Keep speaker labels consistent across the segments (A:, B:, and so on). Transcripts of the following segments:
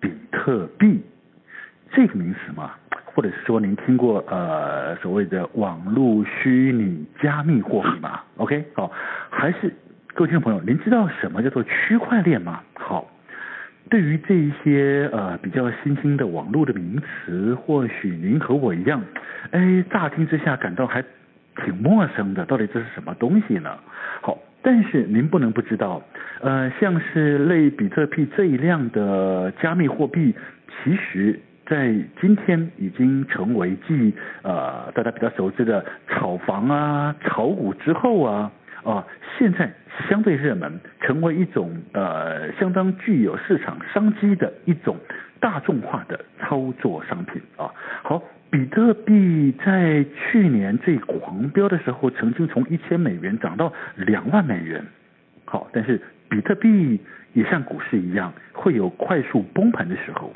A: 比特币这个名词嘛，或者是说您听过呃所谓的网络虚拟加密货币吗？OK，好、哦，还是各位听众朋友，您知道什么叫做区块链吗？好，对于这一些呃比较新兴的网络的名词，或许您和我一样，哎，乍听之下感到还挺陌生的，到底这是什么东西呢？好。但是您不能不知道，呃，像是类比特币这一样的加密货币，其实在今天已经成为继呃大家比较熟知的炒房啊、炒股之后啊，啊、呃，现在相对热门，成为一种呃相当具有市场商机的一种大众化的操作商品啊。好。比特币在去年最狂飙的时候，曾经从一千美元涨到两万美元。好，但是比特币也像股市一样，会有快速崩盘的时候。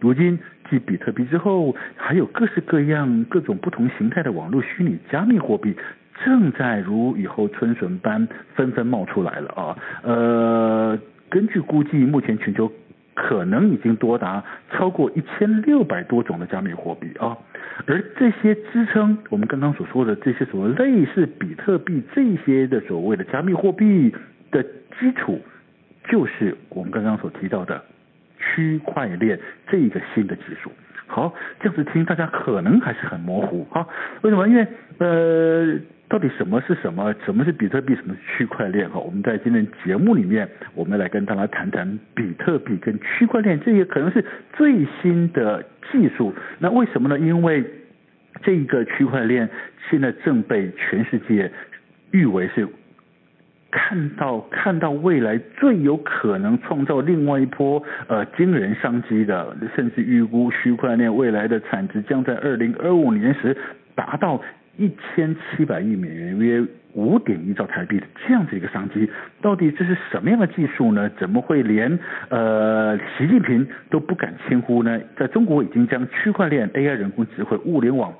A: 如今继比特币之后，还有各式各样、各种不同形态的网络虚拟加密货币，正在如雨后春笋般纷纷冒出来了啊。呃，根据估计，目前全球。可能已经多达超过一千六百多种的加密货币啊，而这些支撑我们刚刚所说的这些所谓类似比特币这些的所谓的加密货币的基础，就是我们刚刚所提到的区块链这个新的技术。好，这样子听大家可能还是很模糊啊，为什么？因为呃。到底什么是什么？什么是比特币？什么是区块链？哈，我们在今天节目里面，我们来跟大家谈谈比特币跟区块链，这也可能是最新的技术。那为什么呢？因为这一个区块链现在正被全世界誉为是看到看到未来最有可能创造另外一波呃惊人商机的，甚至预估区块链未来的产值将在二零二五年时达到。一千七百亿美元，约五点一兆台币的这样子一个商机，到底这是什么样的技术呢？怎么会连呃习近平都不敢轻忽呢？在中国已经将区块链、AI、人工智慧、物联网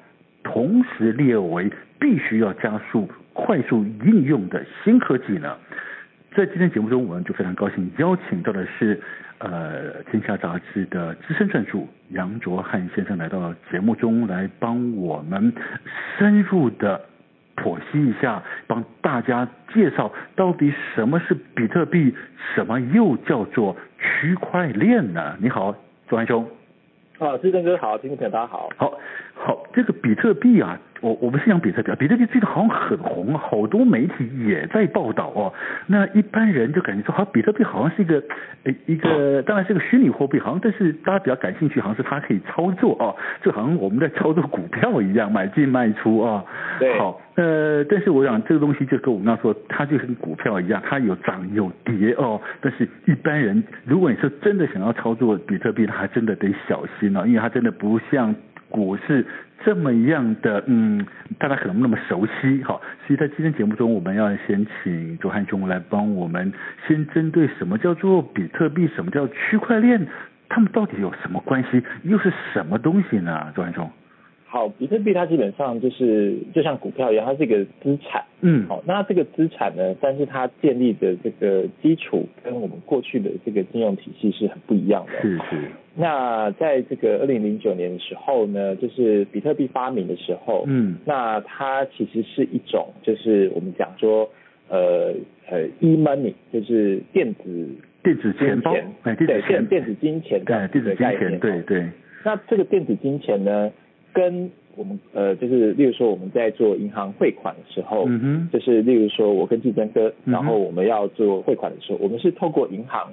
A: 同时列为必须要加速快速应用的新科技呢？在今天节目中，我们就非常高兴邀请到的是呃《天下》杂志的资深撰述杨卓汉先生来到节目中来帮我们深入的剖析一下，帮大家介绍到底什么是比特币，什么又叫做区块链呢？你好，卓汉兄。
B: 啊，志正哥好，听众朋友大家好。
A: 好，好，这个比特币啊，我我们是讲比特币，啊比特币最近好像很红，啊好多媒体也在报道哦。那一般人就感觉说，好，比特币好像是一个，呃，一个当然是个虚拟货币，好像但是大家比较感兴趣，好像是它可以操作哦，就好像我们在操作股票一样，买进卖出啊、哦。
B: 对。
A: 好，呃，但是我想这个东西就跟我们刚说，它就跟股票一样，它有涨有跌哦。但是一般人，如果你说真的想要操作比特币，还真的得小心。哦因为它真的不像股市这么样的，嗯，大家可能那么熟悉哈。所以在今天节目中，我们要先请周汉兄来帮我们先针对什么叫做比特币，什么叫区块链，他们到底有什么关系，又是什么东西呢？周汉兄。
B: 好，比特币它基本上就是就像股票一样，它是一个资产。
A: 嗯，
B: 好、哦，那这个资产呢，但是它建立的这个基础跟我们过去的这个金融体系是很不一样的。
A: 是是。
B: 那在这个二零零九年的时候呢，就是比特币发明的时候，
A: 嗯，
B: 那它其实是一种，就是我们讲说，呃呃，e money，就是电子
A: 电子钱包，哎，哎
B: 对，
A: 电
B: 电子金钱，
A: 对，电子金钱，对对。
B: 那这个电子金钱呢，跟我们呃，就是例如说我们在做银行汇款的时候，
A: 嗯哼，
B: 就是例如说我跟季真哥，
A: 嗯哼
B: 然后我们要做汇款的时候，我们是透过银行，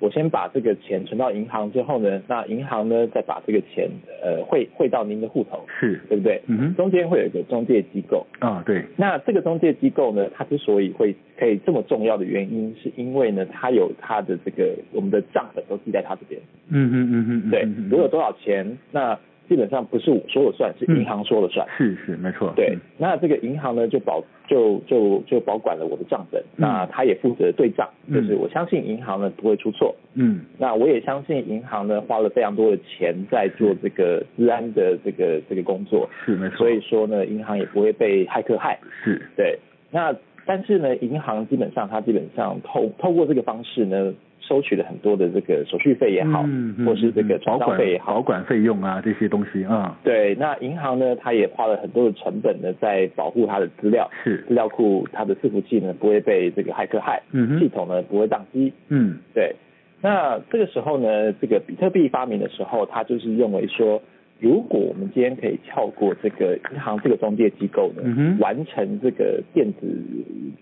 B: 我先把这个钱存到银行之后呢，那银行呢再把这个钱呃汇汇到您的户头，
A: 是，
B: 对不对？
A: 嗯哼，
B: 中间会有一个中介机构，
A: 啊，对，
B: 那这个中介机构呢，它之所以会可以这么重要的原因，是因为呢，它有它的这个我们的账本都记在它这边。
A: 嗯哼嗯哼，嗯哼
B: 对
A: 嗯，哼
B: 我有多少钱，那基本上不是我说了算，是银行说了算。
A: 是是没错，
B: 对
A: 嗯，
B: 那这个银行呢，就保就就就保管了我的账本，那他也负责对账，
A: 嗯
B: 就是我相信银行呢不会出错。
A: 嗯
B: 那我也相信银行呢花了非常多的钱在做这个治安的这个这个工作，
A: 是没错，
B: 所以说呢，银行也不会被骇客害。
A: 是
B: 对，那但是呢，银行基本上它基本上透透过这个方式呢，收取了很多的这个手续费也好，
A: 嗯嗯
B: 或是这个
A: 嗯保
B: 传账
A: 管
B: 费也
A: 保
B: 好。
A: 管费用啊这些东西啊，
B: 对，那银行呢，它也花了很多的成本呢，在保护它的资料，
A: 是
B: 资料库它的伺服器呢不会被这个骇客害，
A: 嗯
B: 系
A: 哼
B: 统呢不会宕机。
A: 嗯
B: 对，那这个时候呢，这个比特币发明的时候，他就是认为说，如果我们今天可以跳过这个银行这个中介机构呢，
A: 嗯哼
B: 完成这个电子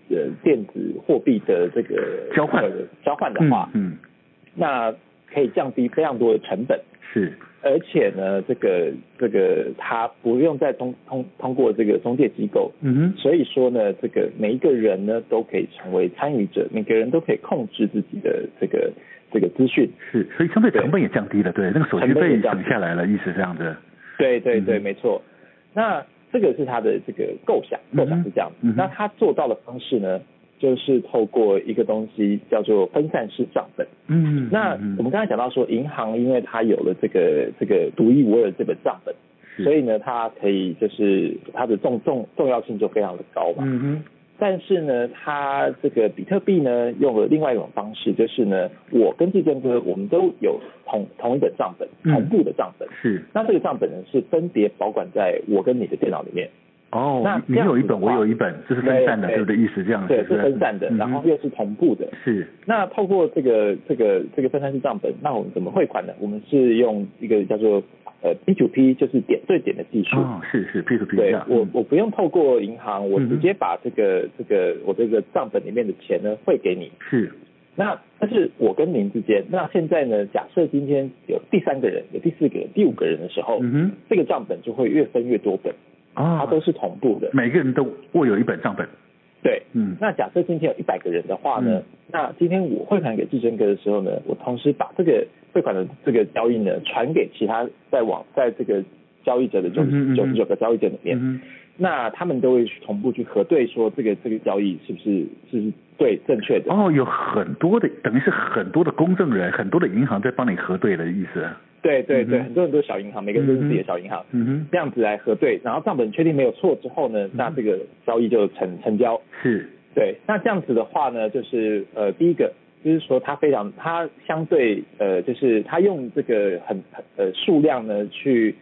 B: 呃电子货币的这个
A: 交换
B: 呃交换的
A: 嗯
B: 话，
A: 嗯
B: 那可以降低非常多的成本。
A: 是
B: 而且呢，这个这个它不用再通通通过这个中介机构，
A: 嗯哼
B: 所以说呢，这个每一个人呢都可以成为参与者，每个人都可以控制自己的这个这个资讯。
A: 是，所以相对
B: 对
A: 成本也降低了，对，那个手续
B: 成本也
A: 费
B: 降
A: 省下来了，意思是这样子，
B: 对对对，
A: 嗯
B: 没错。那这个是他的这个构想，
A: 嗯哼
B: 构想是这样。
A: 嗯哼
B: 那他做到的方式呢，就是透过一个东西叫做分散式账本。
A: 嗯，
B: 那
A: 嗯
B: 我们刚才讲到说，银行因为它有了这个这个独一无二的这本账本，
A: 是
B: 所以呢，它可以就是它的重重重要性就非常的高嘛。
A: 嗯哼
B: 但是呢，它这个比特币呢，用了另外一种方式，就是呢，我跟季正哥我们都有同同一本账本，
A: 嗯
B: 同步的账本。
A: 是
B: 那这个账本呢是分别保管在我跟你的电脑里面，那
A: 哦，你
B: 这
A: 你
B: 样
A: 有一
B: 子
A: 本，
B: 的
A: 我
B: 话
A: 有一本，这是分
B: 对
A: 散的，
B: 对
A: 对不对？意思这样
B: 对，
A: 是
B: 是分散的，然后
A: 嗯嗯哼
B: 又是同步的。
A: 是
B: 那透过这个这个这个分散式账本，那我们怎么汇款呢？我们是用一个叫做呃 P to P，就是点对点的技术。
A: 哦，是是 P to P 这
B: 嗯对
A: 样，
B: 我
A: 嗯，
B: 我不用透过银行，我
A: 嗯哼
B: 直接把这个这个我这个账本里面的钱呢汇给你。
A: 是
B: 那但是我跟您之间，那现在呢，假设今天有第三个人、有第四个人、第五个人的时候，
A: 嗯哼
B: 这个账本就会越分越多本，它
A: 啊，
B: 都是同步的。
A: 每个人都握有一本账本，
B: 对，
A: 嗯
B: 那假设今天有一百个人的话呢，
A: 嗯
B: 那今天我汇款给志真哥的时候呢，我同时把这个汇款的这个交易呢传给其他在网在这个交易者的九
A: 嗯哼嗯哼
B: 九十九个交易者里面，
A: 嗯哼
B: 那他们都会去同步去核对说这个这个交易是不是是不是对正确的。
A: 哦，有很多的，等于是很多的公证人，很多的银行在帮你核对的意思。
B: 对对
A: 嗯
B: 对，
A: 哼
B: 很多很多小银行，每个人都是自己的小银行。
A: 嗯
B: 这样子来核对，然后账本确定没有错之后呢，那这个交易就成成交。
A: 哼，是，
B: 对，那这样子的话呢，就是呃，第一个就是说它非常，它相对呃，就是它用这个很很呃数量呢去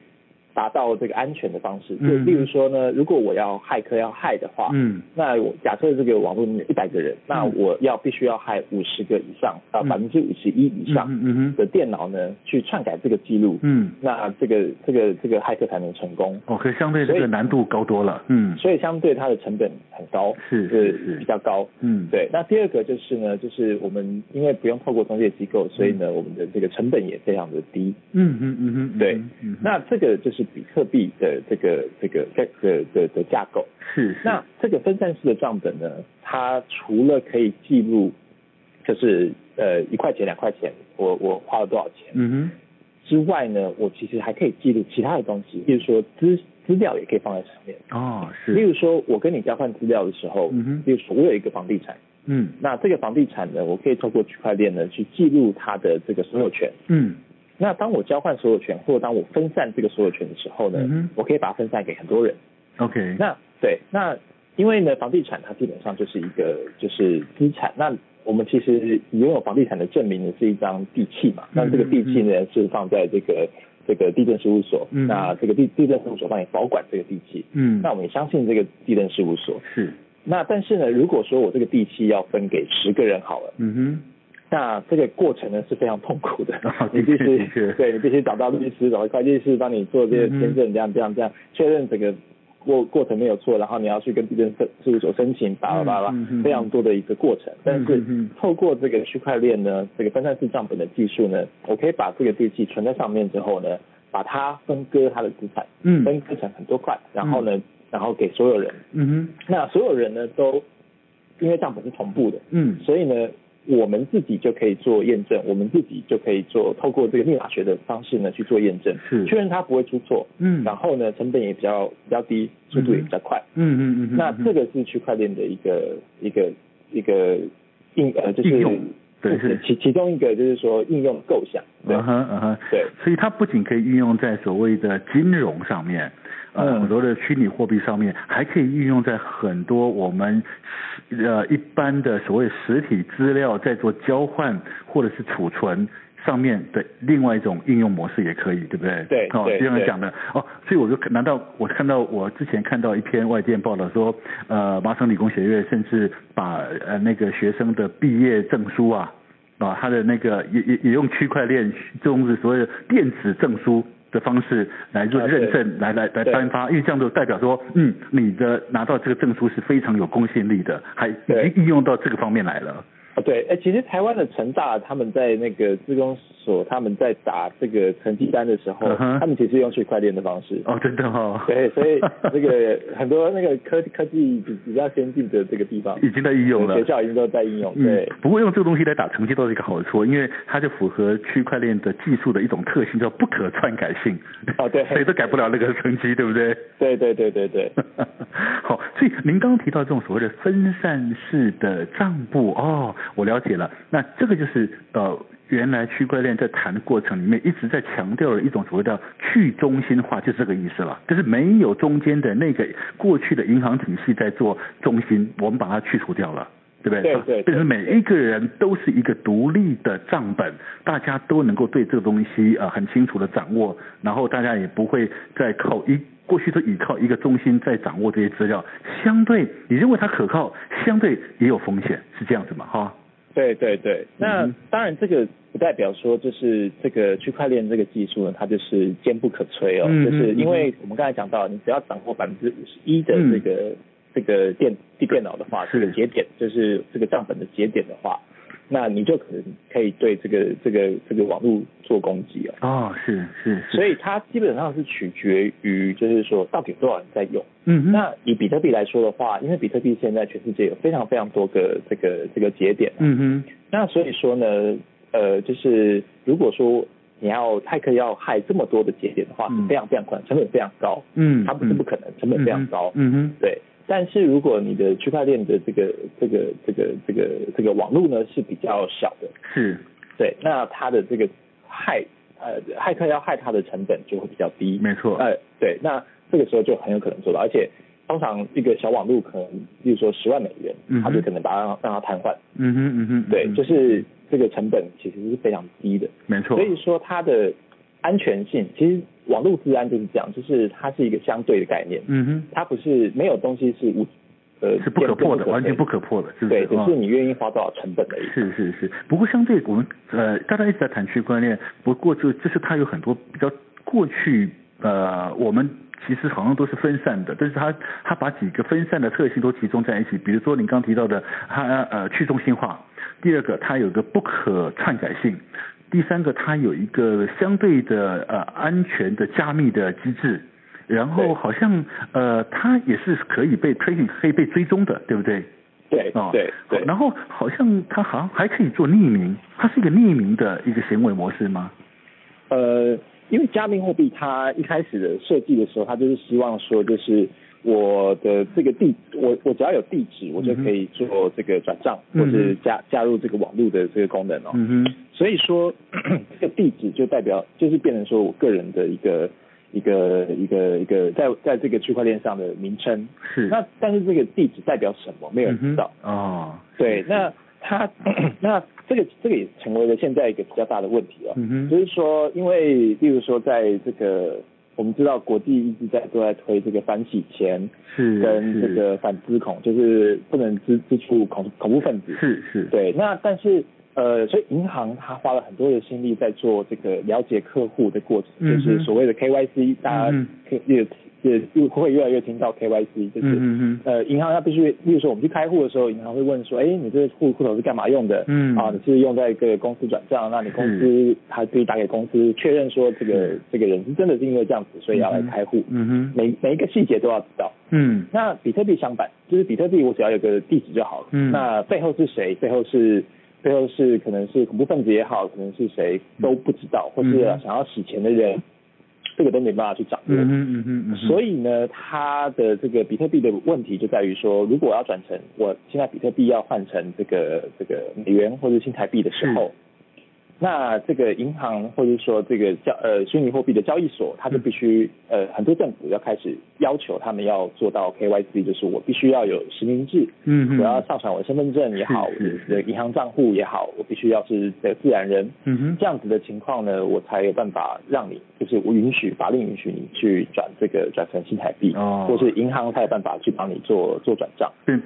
B: 达到这个安全的方式。就
A: 嗯
B: 例如说呢，如果我要骇客要害的话，
A: 嗯，
B: 那我假设这个网络里面一百个人，那我要必须要害五十个以上，到
A: 嗯
B: 百分之五十一以上
A: 嗯嗯哼，
B: 的电脑呢去篡改这个记录，
A: 嗯，
B: 那这个这个这个骇客才能成功。
A: 哦，可是相对这
B: 所以
A: 个难度高多了。嗯，
B: 所以相对它的成本很高，
A: 是
B: 就是
A: 是
B: 比较高。
A: 嗯，，
B: 对，那第二个就是呢，就是我们因为不用透过中介机构，所以呢，我们的这个成本也非常的低。
A: 嗯嗯嗯哼，
B: 对
A: 嗯哼，
B: 那这个就是比特币的这个这个这个的的架构。
A: 是是，
B: 那这个分散式的账本呢，它除了可以记录，就是呃一块钱两块钱，我我花了多少钱
A: 嗯
B: 之外呢，我其实还可以记录其他的东西，比如说资资料也可以放在上面。
A: 哼，哦，
B: 例
A: 是，
B: 如说，我跟你交换资料的时候，
A: 嗯哼
B: 例如说我有一个房地产，
A: 嗯
B: 那这个房地产呢，我可以透过区块链呢去记录它的这个所有权。
A: 嗯
B: 那当我交换所有权，或者当我分散这个所有权的时候呢，
A: 嗯哼
B: 我可以把它分散给很多人。
A: ，OK，
B: 那对，那因为呢，房地产它基本上就是一个就是资产，那我们其实拥有房地产的证明呢是一张地契嘛，
A: 嗯
B: 那这个地契呢是放在这个这个地震事务所，
A: 嗯
B: 那这个地地震事务所帮你保管这个地契，
A: 嗯，
B: 那我们也相信这个地震事务所。
A: 是，
B: 那但是呢，如果说我这个地契要分给十个人好了。
A: 嗯哼，
B: 那这个过程呢是非常痛苦的
A: 啊，
B: 你
A: 的
B: 必
A: 确的确
B: 须对你必须找到律师，找到会计师帮你做这些签证，这样这样这样确认整个过过程没有错，然后你要去跟地震事事务所申请，巴拉巴拉
A: 嗯嗯嗯，
B: 非常多的一个过程。但是
A: 嗯嗯嗯
B: 透过这个区块链呢，这个分散式账本的技术呢，我可以把这个地契存在上面之后呢，把它分割它的资产，
A: 嗯
B: 分割成很多块，然后呢，然后给所有人。
A: 嗯
B: 那所有人呢都因为账本是同步的，
A: 嗯
B: 所以呢，我们自己就可以做验证，我们自己就可以做透过这个密码学的方式呢去做验证，
A: 是
B: 确认它不会出错，
A: 嗯
B: 然后呢成本也比较比较低，速度也比较快。
A: 嗯嗯嗯，
B: 那这个是区块链的一个一个一个应呃就是嗯
A: 应用对是
B: 其其中一个就是说应用构想，对。
A: 嗯哼嗯哼，
B: 对，
A: 所以它不仅可以运用在所谓的金融上面，呃，
B: 嗯
A: 很多的虚拟货币上面，还可以运用在很多我们呃一般的所谓实体资料在做交换或者是储存。上面的另外一种应用模式也可以，对不对？
B: 对
A: 哦，
B: 对
A: 就像你
B: 对
A: 讲的哦，所以我就看难道我看到我之前看到一篇外电报道说，呃，麻省理工学院甚至把呃那个学生的毕业证书啊，啊，它的那个也也也用区块链，就是所谓的电子证书的方式来做
B: 啊对
A: 认证，来来来
B: 对
A: 颁发，因为这样就代表说，嗯，你的拿到这个证书是非常有公信力的，还已
B: 对
A: 经应用到这个方面来了。
B: 啊，对，哎、其实台湾的成大他们在那个自工所，他们在打这个成绩单的时候
A: 嗯哼
B: 他们其实用区块链的方式。
A: 哦，真的哦。
B: 对，所以这个很多那个科科技比比较先进的这个地方，
A: 已经在应用了
B: 学校已经都在应用。
A: 嗯
B: 对，，
A: 不过用这个东西来打成绩倒是一个好处，因为它就符合区块链的技术的一种特性，叫不可篡改性。
B: 哦 对
A: 谁都改不了那个成绩，对不对？
B: 对对对对对，
A: 好，所以您刚刚提到这种所谓的分散式的账簿哦，我了解了。那这个就是呃，原来区块链在谈的过程里面一直在强调的一种所谓的去中心化，就是这个意思了，就是没有中间的那个过去的银行体系在做中心，我们把它去除掉了。对不对？
B: 对对对
A: 就是每一个人都是一个独立的账本，大家都能够对这个东西呃很清楚的掌握，然后大家也不会再靠一过去都依靠一个中心在掌握这些资料，相对你认为它可靠，相对也有风险，是这样子嘛？哈，
B: 对对对，那、
A: 嗯哼
B: 当然这个不代表说就是这个区块链这个技术呢，它就是坚不可摧哦，
A: 嗯嗯
B: 就是因
A: 嗯
B: 为我们刚才讲到，你只要掌握百分之五十一的这个、这个电地电脑的话，
A: 是
B: 这个节点就是这个账本的节点的话，那你就可能可以对这个这个这个网络做攻击哦。
A: 哦，是是是，
B: 所以它基本上是取决于，就是说到底有多少人在用。
A: 嗯哼，
B: 那以比特币来说的话，因为比特币现在全世界有非常非常多个这个这个节点、
A: 嗯哼，
B: 那所以说呢，呃，就是如果说你要骇客要害这么多的节点的话，
A: 嗯
B: 是非常非常困难，成本非常高，
A: 嗯，
B: 它不是不可能，成本非常高，
A: 嗯哼，
B: 对。但是如果你的区块链的这个这个这个这个这个网络呢是比较小的，
A: 嗯哼是，
B: 对，那它的这个害呃骇客要害它的成本就会比较低，
A: 没错，
B: 呃，对，那这个时候就很有可能做到，而且通常一个小网络可能，例如说十万美元
A: 嗯，
B: 它
A: 哼
B: 就可能把它让让它瘫痪，
A: 嗯哼嗯哼，
B: 对
A: 嗯，哼
B: 就是这个成本其实是非常低的，
A: 没错，
B: 所以说它的安全性，其实网络治安就是这样，就是它是一个相对的概念，
A: 嗯哼，
B: 它不是没有东西是无呃
A: 是不可破的，
B: 坚
A: 完全不
B: 不
A: 可破的，是不
B: 对，
A: 是？
B: 只
A: 哦
B: 是你愿意花多少成本而已。
A: 是是是，不过相对我们呃，大家一直在谈区块链，不过就就是它有很多比较过去呃，我们其实好像都是分散的，但是它它把几个分散的特性都集中在一起，比如说您刚提到的它呃去中心化，第二个它有一个不可篡改性。第三个，它有一个相对的呃安全的加密的机制，然后
B: 对
A: 好像呃它也是可以被 tracking 可以被追踪的，对不对？
B: 对
A: 哦，
B: 对
A: 好
B: 对，
A: 然后好像它好像还可以做匿名，它是一个匿名的一个行为模式吗？
B: 呃，因为加密货币它一开始的设计的时候，它就是希望说，就是我的这个地，我我只要有地址，我就可以做这个转账、
A: 嗯哼
B: 或是加加入这个网络的这个功能哦。
A: 嗯哼，
B: 所以说，这个地址就代表就是变成说我个人的一个一个一个一个在在这个区块链上的名称。
A: 是。
B: 那但是这个地址代表什么，没有
A: 嗯
B: 人
A: 哼
B: 知道。
A: 哦，
B: 对，那它那这个这个也成为了现在一个比较大的问题哦。
A: 嗯哼
B: 就是说，因为例如说，在这个我们知道国际一直在都在推这个反洗钱
A: 是
B: 跟这
A: 是
B: 个反资恐，就是不能资资助恐恐怖分子。
A: 是是，
B: 对，那但是呃，所以银行它花了很多的心力在做这个了解客户的过程，
A: 嗯
B: 就是
A: 哼
B: 所谓的 KYC，大家
A: 嗯
B: 可也也又会越来越听到 KYC，就是、
A: 嗯嗯嗯
B: 呃，银行它必须，例如说我们去开户的时候，银行会问说，哎，你这个户户头是干嘛用的？
A: 嗯
B: 啊，你是用在一个公司转账，那你公司他必须打给公司确认说这个
A: 是
B: 这个人是真的是因为这样子，所以要来开户。
A: 嗯哼，
B: 每每一个细节都要知道。
A: 嗯
B: 那比特币相反，就是比特币我只要有个地址就好了。
A: 嗯
B: 那背后是谁？背后是背后是可能是恐怖分子也好，可能是谁都不知道，或是
A: 嗯
B: 想要洗钱的人，这个都没办法去掌
A: 嗯
B: 握。
A: 哼嗯哼嗯哼，
B: 所
A: 以
B: 以呢，它的这个比特币的问题就在于说，如果我要转成我现在比特币要换成这个这个美元或者新台币的时候，那这个银行或者说这个交呃虚拟货币的交易所，它就必须
A: 嗯
B: 呃很多政府要开始要求他们要做到 KYC，就是我必须要有实名制，
A: 嗯哼，
B: 我要上传我的身份证也好，
A: 是是
B: 我的银行账户也好，我必须要是这个自然人，
A: 嗯哼
B: 这样子的情况呢，我才有办法让你，就是我允许法令允许你去转这个转成新台币，
A: 哦
B: 或是银行才有办法去帮你做做转账。
A: 对，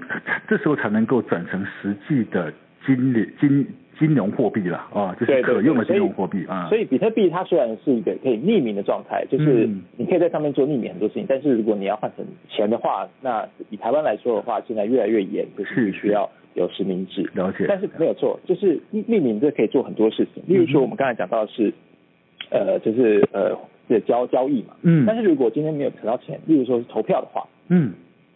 A: 这时候才能够转成实际的金流金金融货币了啊，就
B: 对
A: 是
B: 对
A: 可用的
B: 对所
A: 金
B: 以
A: 融货币啊。
B: 所以比特币它虽然是一个可以匿名的状态，就是
A: 嗯
B: 你可以在上面做匿名很多事情，但是如果你要换成钱的话，那以台湾来说的话，现在越来越严，就是
A: 是
B: 你需要有实名制。
A: 了解，
B: 但是没有错，就是匿匿名这可以做很多事情，例
A: 嗯
B: 如说我们刚才讲到的是，呃，就是呃，这交交易嘛。
A: 嗯
B: 但是如果今天没有存到钱，例如说是投票的话，
A: 嗯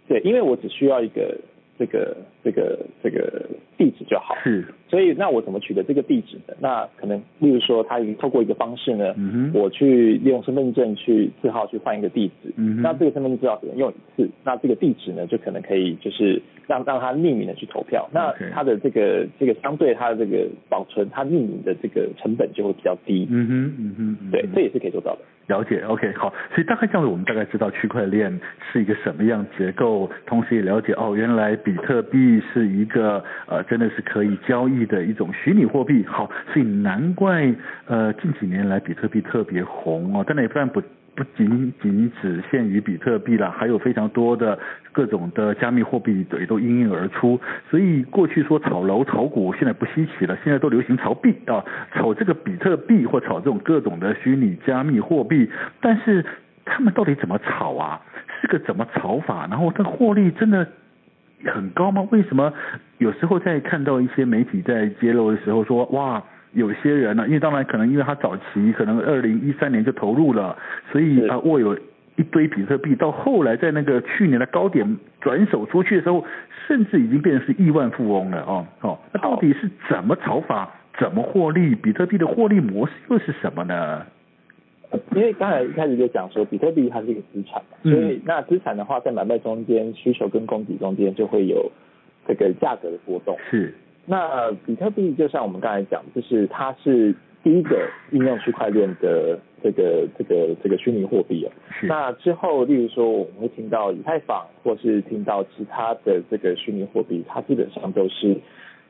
B: 对，因为我只需要一个这个这个这个地址就好。
A: 是
B: 所以那我怎么取得这个地址呢？那可能例如说，他透过一个方式呢，
A: 嗯哼
B: 我去利用身份证去字号去换一个地址，
A: 嗯哼
B: 那这个身份证字号只能用一次，那这个地址呢就可能可以就是让让他匿名的去投票，那
A: OK
B: 它的这个这个相对它的这个保存它匿名的这个成本就会比较低，
A: 嗯哼嗯哼嗯哼，
B: 对，这也是可以做到的。
A: 了解，OK，好，所以大概这样子，我们大概知道区块链是一个什么样结构，同时也了解哦，原来比特币是一个呃，真的是可以交易的一种虚拟货币。好，所以难怪呃近几年来比特币特别红哦，当然也不然不。不仅仅只限于比特币啦，还有非常多的各种的加密货币也都应运而出。所以过去说炒楼、炒股，现在不稀奇了，现在都流行炒币啊，炒这个比特币或炒这种各种的虚拟加密货币。但是他们到底怎么炒啊？是个怎么炒法？然后它获利真的很高吗？为什么有时候在看到一些媒体在揭露的时候说，哇，有些人啊呢、因为当然可能因为他早期可能二零一三年就投入了，所以
B: 是
A: 啊握有一堆比特币，到后来在那个去年的高点转手出去的时候，甚至已经变成是亿万富翁了哦哦，那到底是怎么炒法？怎么获利？比特币的获利模式又是什么呢？
B: 因为刚才一开始就讲说，比特币它是一个资产嘛，
A: 嗯
B: 所以那资产的话，在买卖中间，需求跟供给中间就会有这个价格的波动。
A: 是，
B: 那比特币就像我们刚才讲，就是它是第一个应用区块链的这个这个这个虚拟货币哦。
A: 是
B: 那之后，例如说我们会听到以太坊，或是听到其他的这个虚拟货币，它基本上都是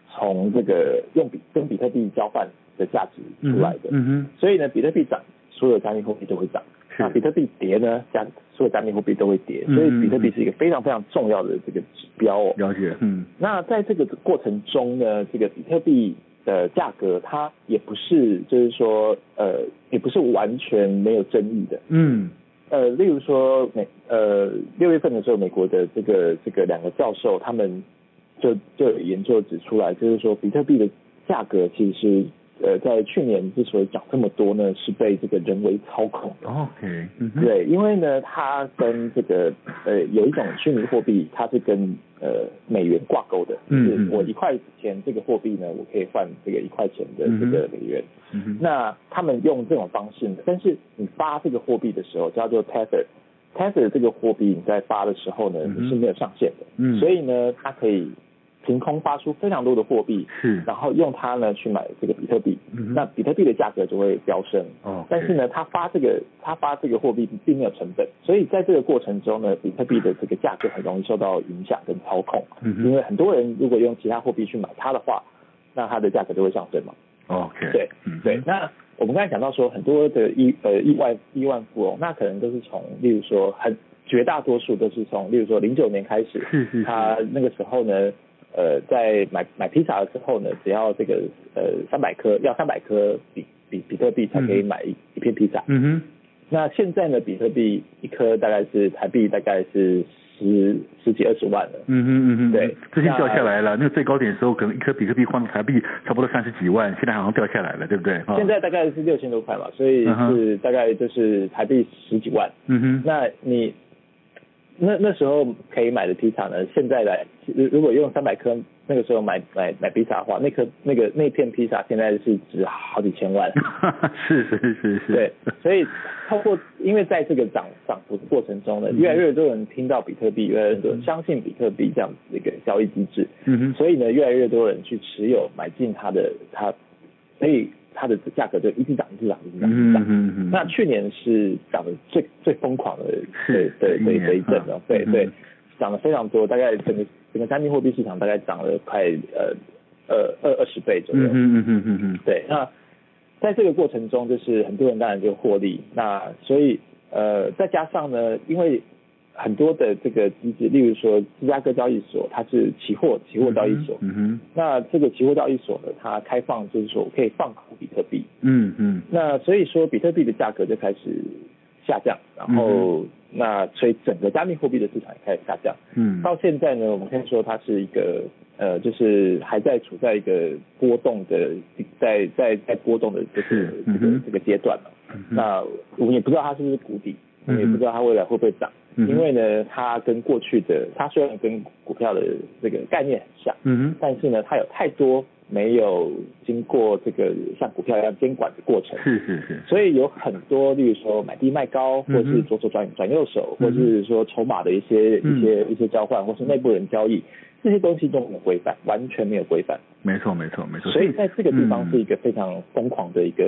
B: 从这个用比跟比特币交换的价值
A: 嗯
B: 出来的。
A: 嗯哼，
B: 所以呢，比特币涨，所有加密货币都会涨；
A: 是
B: 那比特币跌呢，加所有加密货币都会跌。
A: 嗯
B: 所以比特币是一个非常非常重要的这个指标哦。
A: 了解，嗯
B: 那在这个过程中呢，这个比特币的价格它也不是，就是说，呃，也不是完全没有争议的。
A: 嗯
B: 呃，例如说美呃六月份的时候，美国的这个这个两个教授他们就就有研究指出来，就是说比特币的价格其实呃在去年之所以涨这么多呢，是被这个人为操控的。
A: ，OK，嗯哼，
B: 对，因为呢，它跟这个呃有一种虚拟货币，它是跟呃美元挂钩的，就
A: 嗯
B: 是
A: 嗯
B: 我一块钱这个货币呢，我可以换这个一块钱的这个美元。
A: 嗯哼，
B: 那他们用这种方式呢，但是你发这个货币的时候叫做 tether。Tether 这个货币你在发的时候呢，
A: 嗯哼
B: 你是没有上限的，
A: 嗯
B: 所以呢，它可以凭空发出非常多的货币，
A: 是
B: 然后用它呢去买这个比特币，
A: 嗯哼
B: 那比特币的价格就会飙升。
A: 哦，
B: 但是，呢，它发这个它发这个货币并没有成本，所以在这个过程中呢，比特币的这个价格很容易受到影响跟操控，
A: 嗯
B: 因
A: 哼
B: 为很多人如果用其他货币去买它的话，那它的价格就会上升嘛。
A: ，OK，
B: 对
A: 嗯哼
B: 对，，那我们刚才讲到说，很多的亿呃亿万亿万富翁，那可能都是从例如说很绝大多数都是从例如说零九年开始，
A: 是是是
B: 他那个时候呢，呃，在买买披萨的时候呢，只要这个呃三百颗，要三百颗比比比特币才可以买一、一片披萨。
A: 嗯哼，
B: 那现在呢，比特币一颗大概是台币大概是十十几二十万了。
A: 嗯哼嗯哼，
B: 对
A: 最近掉
B: 那呃
A: 下来了。那个最高点的时候，可能一颗比特币换到台币差不多三十几万，现在好像掉下来了，对不对？啊
B: 现，在大概是六千多块嘛，所以
A: 嗯哼
B: 是大概就是台币十几万。
A: 嗯哼，
B: 那你那那时候可以买的披萨呢？现在来，如如果用三百颗，那个时候买买买披萨的话，那颗那个那片披萨现在是值好几千万。
A: 是是是是，
B: 对，所以透过因为在这个涨涨幅的过程
A: 嗯
B: 中呢，越来越多人听到比特币，越来越多人相信比特币这样子的一个交易机制，
A: 嗯哼，
B: 所以呢，越来越多人去持有买进它的它，所以它的价格就一直涨，一直涨，一直涨，一直
A: 嗯
B: 涨
A: 哼。嗯哼，
B: 那去年是涨得最最疯狂的对
A: 是
B: 对
A: 是
B: 对
A: 一
B: 这一
A: 年
B: 阵哦
A: 嗯，
B: 对对
A: 嗯，
B: 涨得非常多，大概整个整个加密货币市场大概涨了快呃呃二二十倍左右。
A: 嗯哼嗯哼嗯哼，
B: 对，那在这个过程中，就是很多人当然就获利，那所以呃再加上呢，因为很多的这个机制，例如说芝加哥交易所，它是期货期货交易所，
A: 嗯哼，
B: 那这个期货交易所呢，它开放就是说我可以放空比特币，
A: 嗯嗯
B: 那所以说，比特币的价格就开始下降，然后、那所以整个加密货币的市场也开始下降。
A: 嗯，
B: 到现在呢，我们可以说它是一个呃，就是还在处在一个波动的，在在在波动的这个
A: 是
B: 这
A: 嗯
B: 个
A: 哼嗯
B: 这个阶段嘛。那我们也不知道它是不是谷底，
A: 嗯
B: 我
A: 哼
B: 们也不知道它未来会不会涨，
A: 嗯哼
B: 因为呢，它跟过去的它虽然跟股票的这个概念很像，
A: 嗯哼，
B: 但是呢，它有太多没有经过这个像股票一样监管的过程。
A: 是是是，
B: 所以有很多，例如说买低卖高，或
A: 嗯哼
B: 是左手转转右手，或
A: 嗯哼
B: 是说筹码的一些
A: 嗯
B: 一些一些交换，或是内部人交易，这些东西都没有规范，完全没有规范。
A: 没错没错没错，
B: 所以在这个地方
A: 嗯
B: 是一个非常疯狂的一个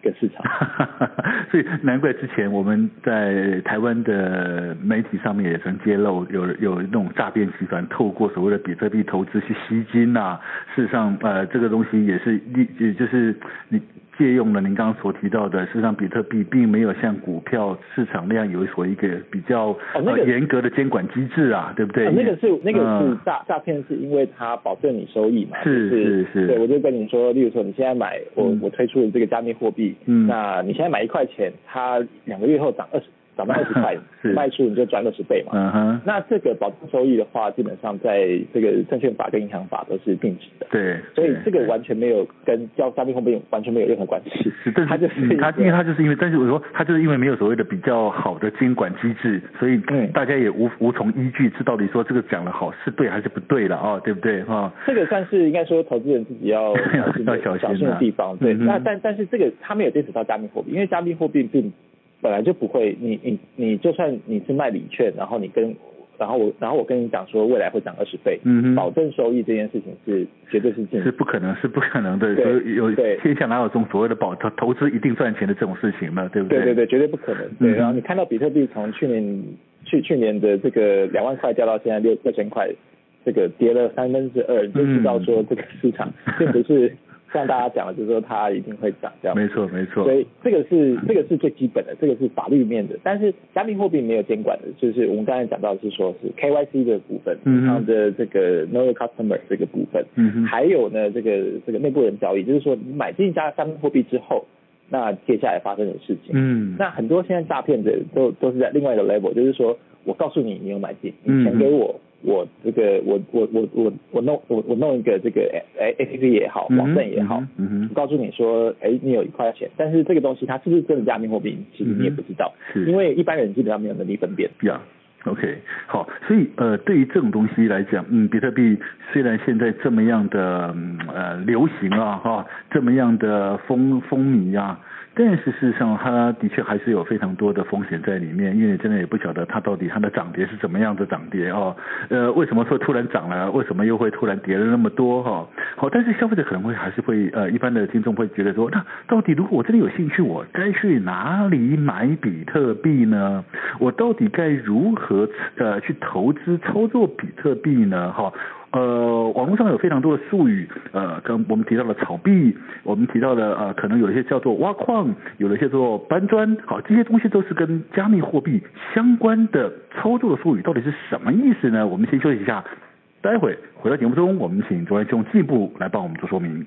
B: 一个市场。
A: 所以难怪之前我们在台湾的媒体上面也曾揭露有有那种诈骗集团透过所谓的比特币投资去吸金呐、事实上，呃，这个东西也是利，就是你借用了您刚刚所提到的，事实上比特币并没有像股票市场那样有所一个比较、
B: 哦那个
A: 呃严格的监管机制啊，对不对？
B: 啊那个是那个是
A: 嗯
B: 诈诈骗，是因为它保证你收益嘛？
A: 是
B: 就是
A: 是
B: 对我就跟你说，例如说你现在买我、
A: 嗯
B: 我推出的这个加密货币，
A: 嗯，
B: 那你现在买一块钱，它两个月后涨二十涨到二十块
A: 是
B: 卖出你就赚二十倍嘛。
A: 嗯哼，
B: 那这个保证收益的话，基本上在这个证券法跟银行法都是禁止的，
A: 对，
B: 所以
A: 对
B: 这个完全没有跟交加密货币完全没有任何关系
A: 是，但，是
B: 它就是一
A: 嗯他，
B: 个
A: 因为他就是因为，但是我说他就是因为没有所谓的比较好的监管机制，所以
B: 嗯
A: 大家也无无从依据，知道底说这个讲的好是对还是不对了啊、哦，对不对啊？
B: 这个算是应该说投资人自己要小心 的
A: 要小心啊
B: 小心的地方，对。
A: 嗯哼
B: 那但但是这个它没有接触到加密货币，因为加密货币并本来就不会，你你你就算你是卖礼券，然后你跟然后我然后我跟你讲说未来会涨二十倍，
A: 嗯哼
B: 保证收益这件事情是绝对是禁
A: 是
B: 止。
A: 不可能，是不可能的。
B: 对
A: 所以有
B: 对
A: 天下哪有这种所谓的保投投资一定赚钱的这种事情呢？对不
B: 对对
A: 对
B: 对，绝对不可能。对，
A: 嗯哼
B: 然后你看到比特币从去年去去年的这个两万块掉到现在六六千块，这个跌了三分之二，你就知道
A: 嗯
B: 说这个市场并不是像大家讲的，就是说它一定会涨这样。
A: 没错没错
B: 所。以这个是这个是最基本的，这个是法律面的。但是加密货币没有监管的，就是我们刚才讲到的是说是 KYC 的部分，
A: 嗯哼
B: 然后的这个 Know Your Customer 这个部分，
A: 嗯哼
B: 还有呢这个这个内部人交易，就是说你买进一家加密货币之后，那接下来发生的事情，
A: 嗯，
B: 那很多现在诈骗的都都是在另外一个 level，就是说我告诉你你有买进，
A: 嗯
B: 你钱给我，我这个我我我我我弄我我弄一个这个 A A P P 也好，
A: 嗯哼
B: 网站也好，
A: 嗯哼嗯哼
B: 我告诉你说，哎，你有一块钱，但是这个东西它是不是真的加密货币，其实你也不知道，
A: 嗯是
B: 因为一般人基本上没有能力分辨。
A: 呀、OK，好，所以呃，对于这种东西来讲，嗯，比特币虽然现在这么样的、嗯、呃流行啊，哈、这么样的风风靡啊，但是事实上它的确还是有非常多的风险在里面，因为你真的也不晓得它到底它的涨跌是怎么样的涨跌哦，呃，为什么说突然涨了，为什么又会突然跌了那么多哈、好，但是消费者可能会还是会呃，一般的听众会觉得说，那到底如果我真的有兴趣，我该去哪里买比特币呢？我到底该如何呃去投资操作比特币呢？哈、呃，网络上有非常多的术语，呃，跟我们提到了炒币，我们提到了呃，可能有一些叫做挖矿，有一些叫做搬砖，好，这些东西都是跟加密货币相关的操作的术语，到底是什么意思呢？我们先休息一下，待会回到节目中，我们请卓然兄进一步来帮我们做说明。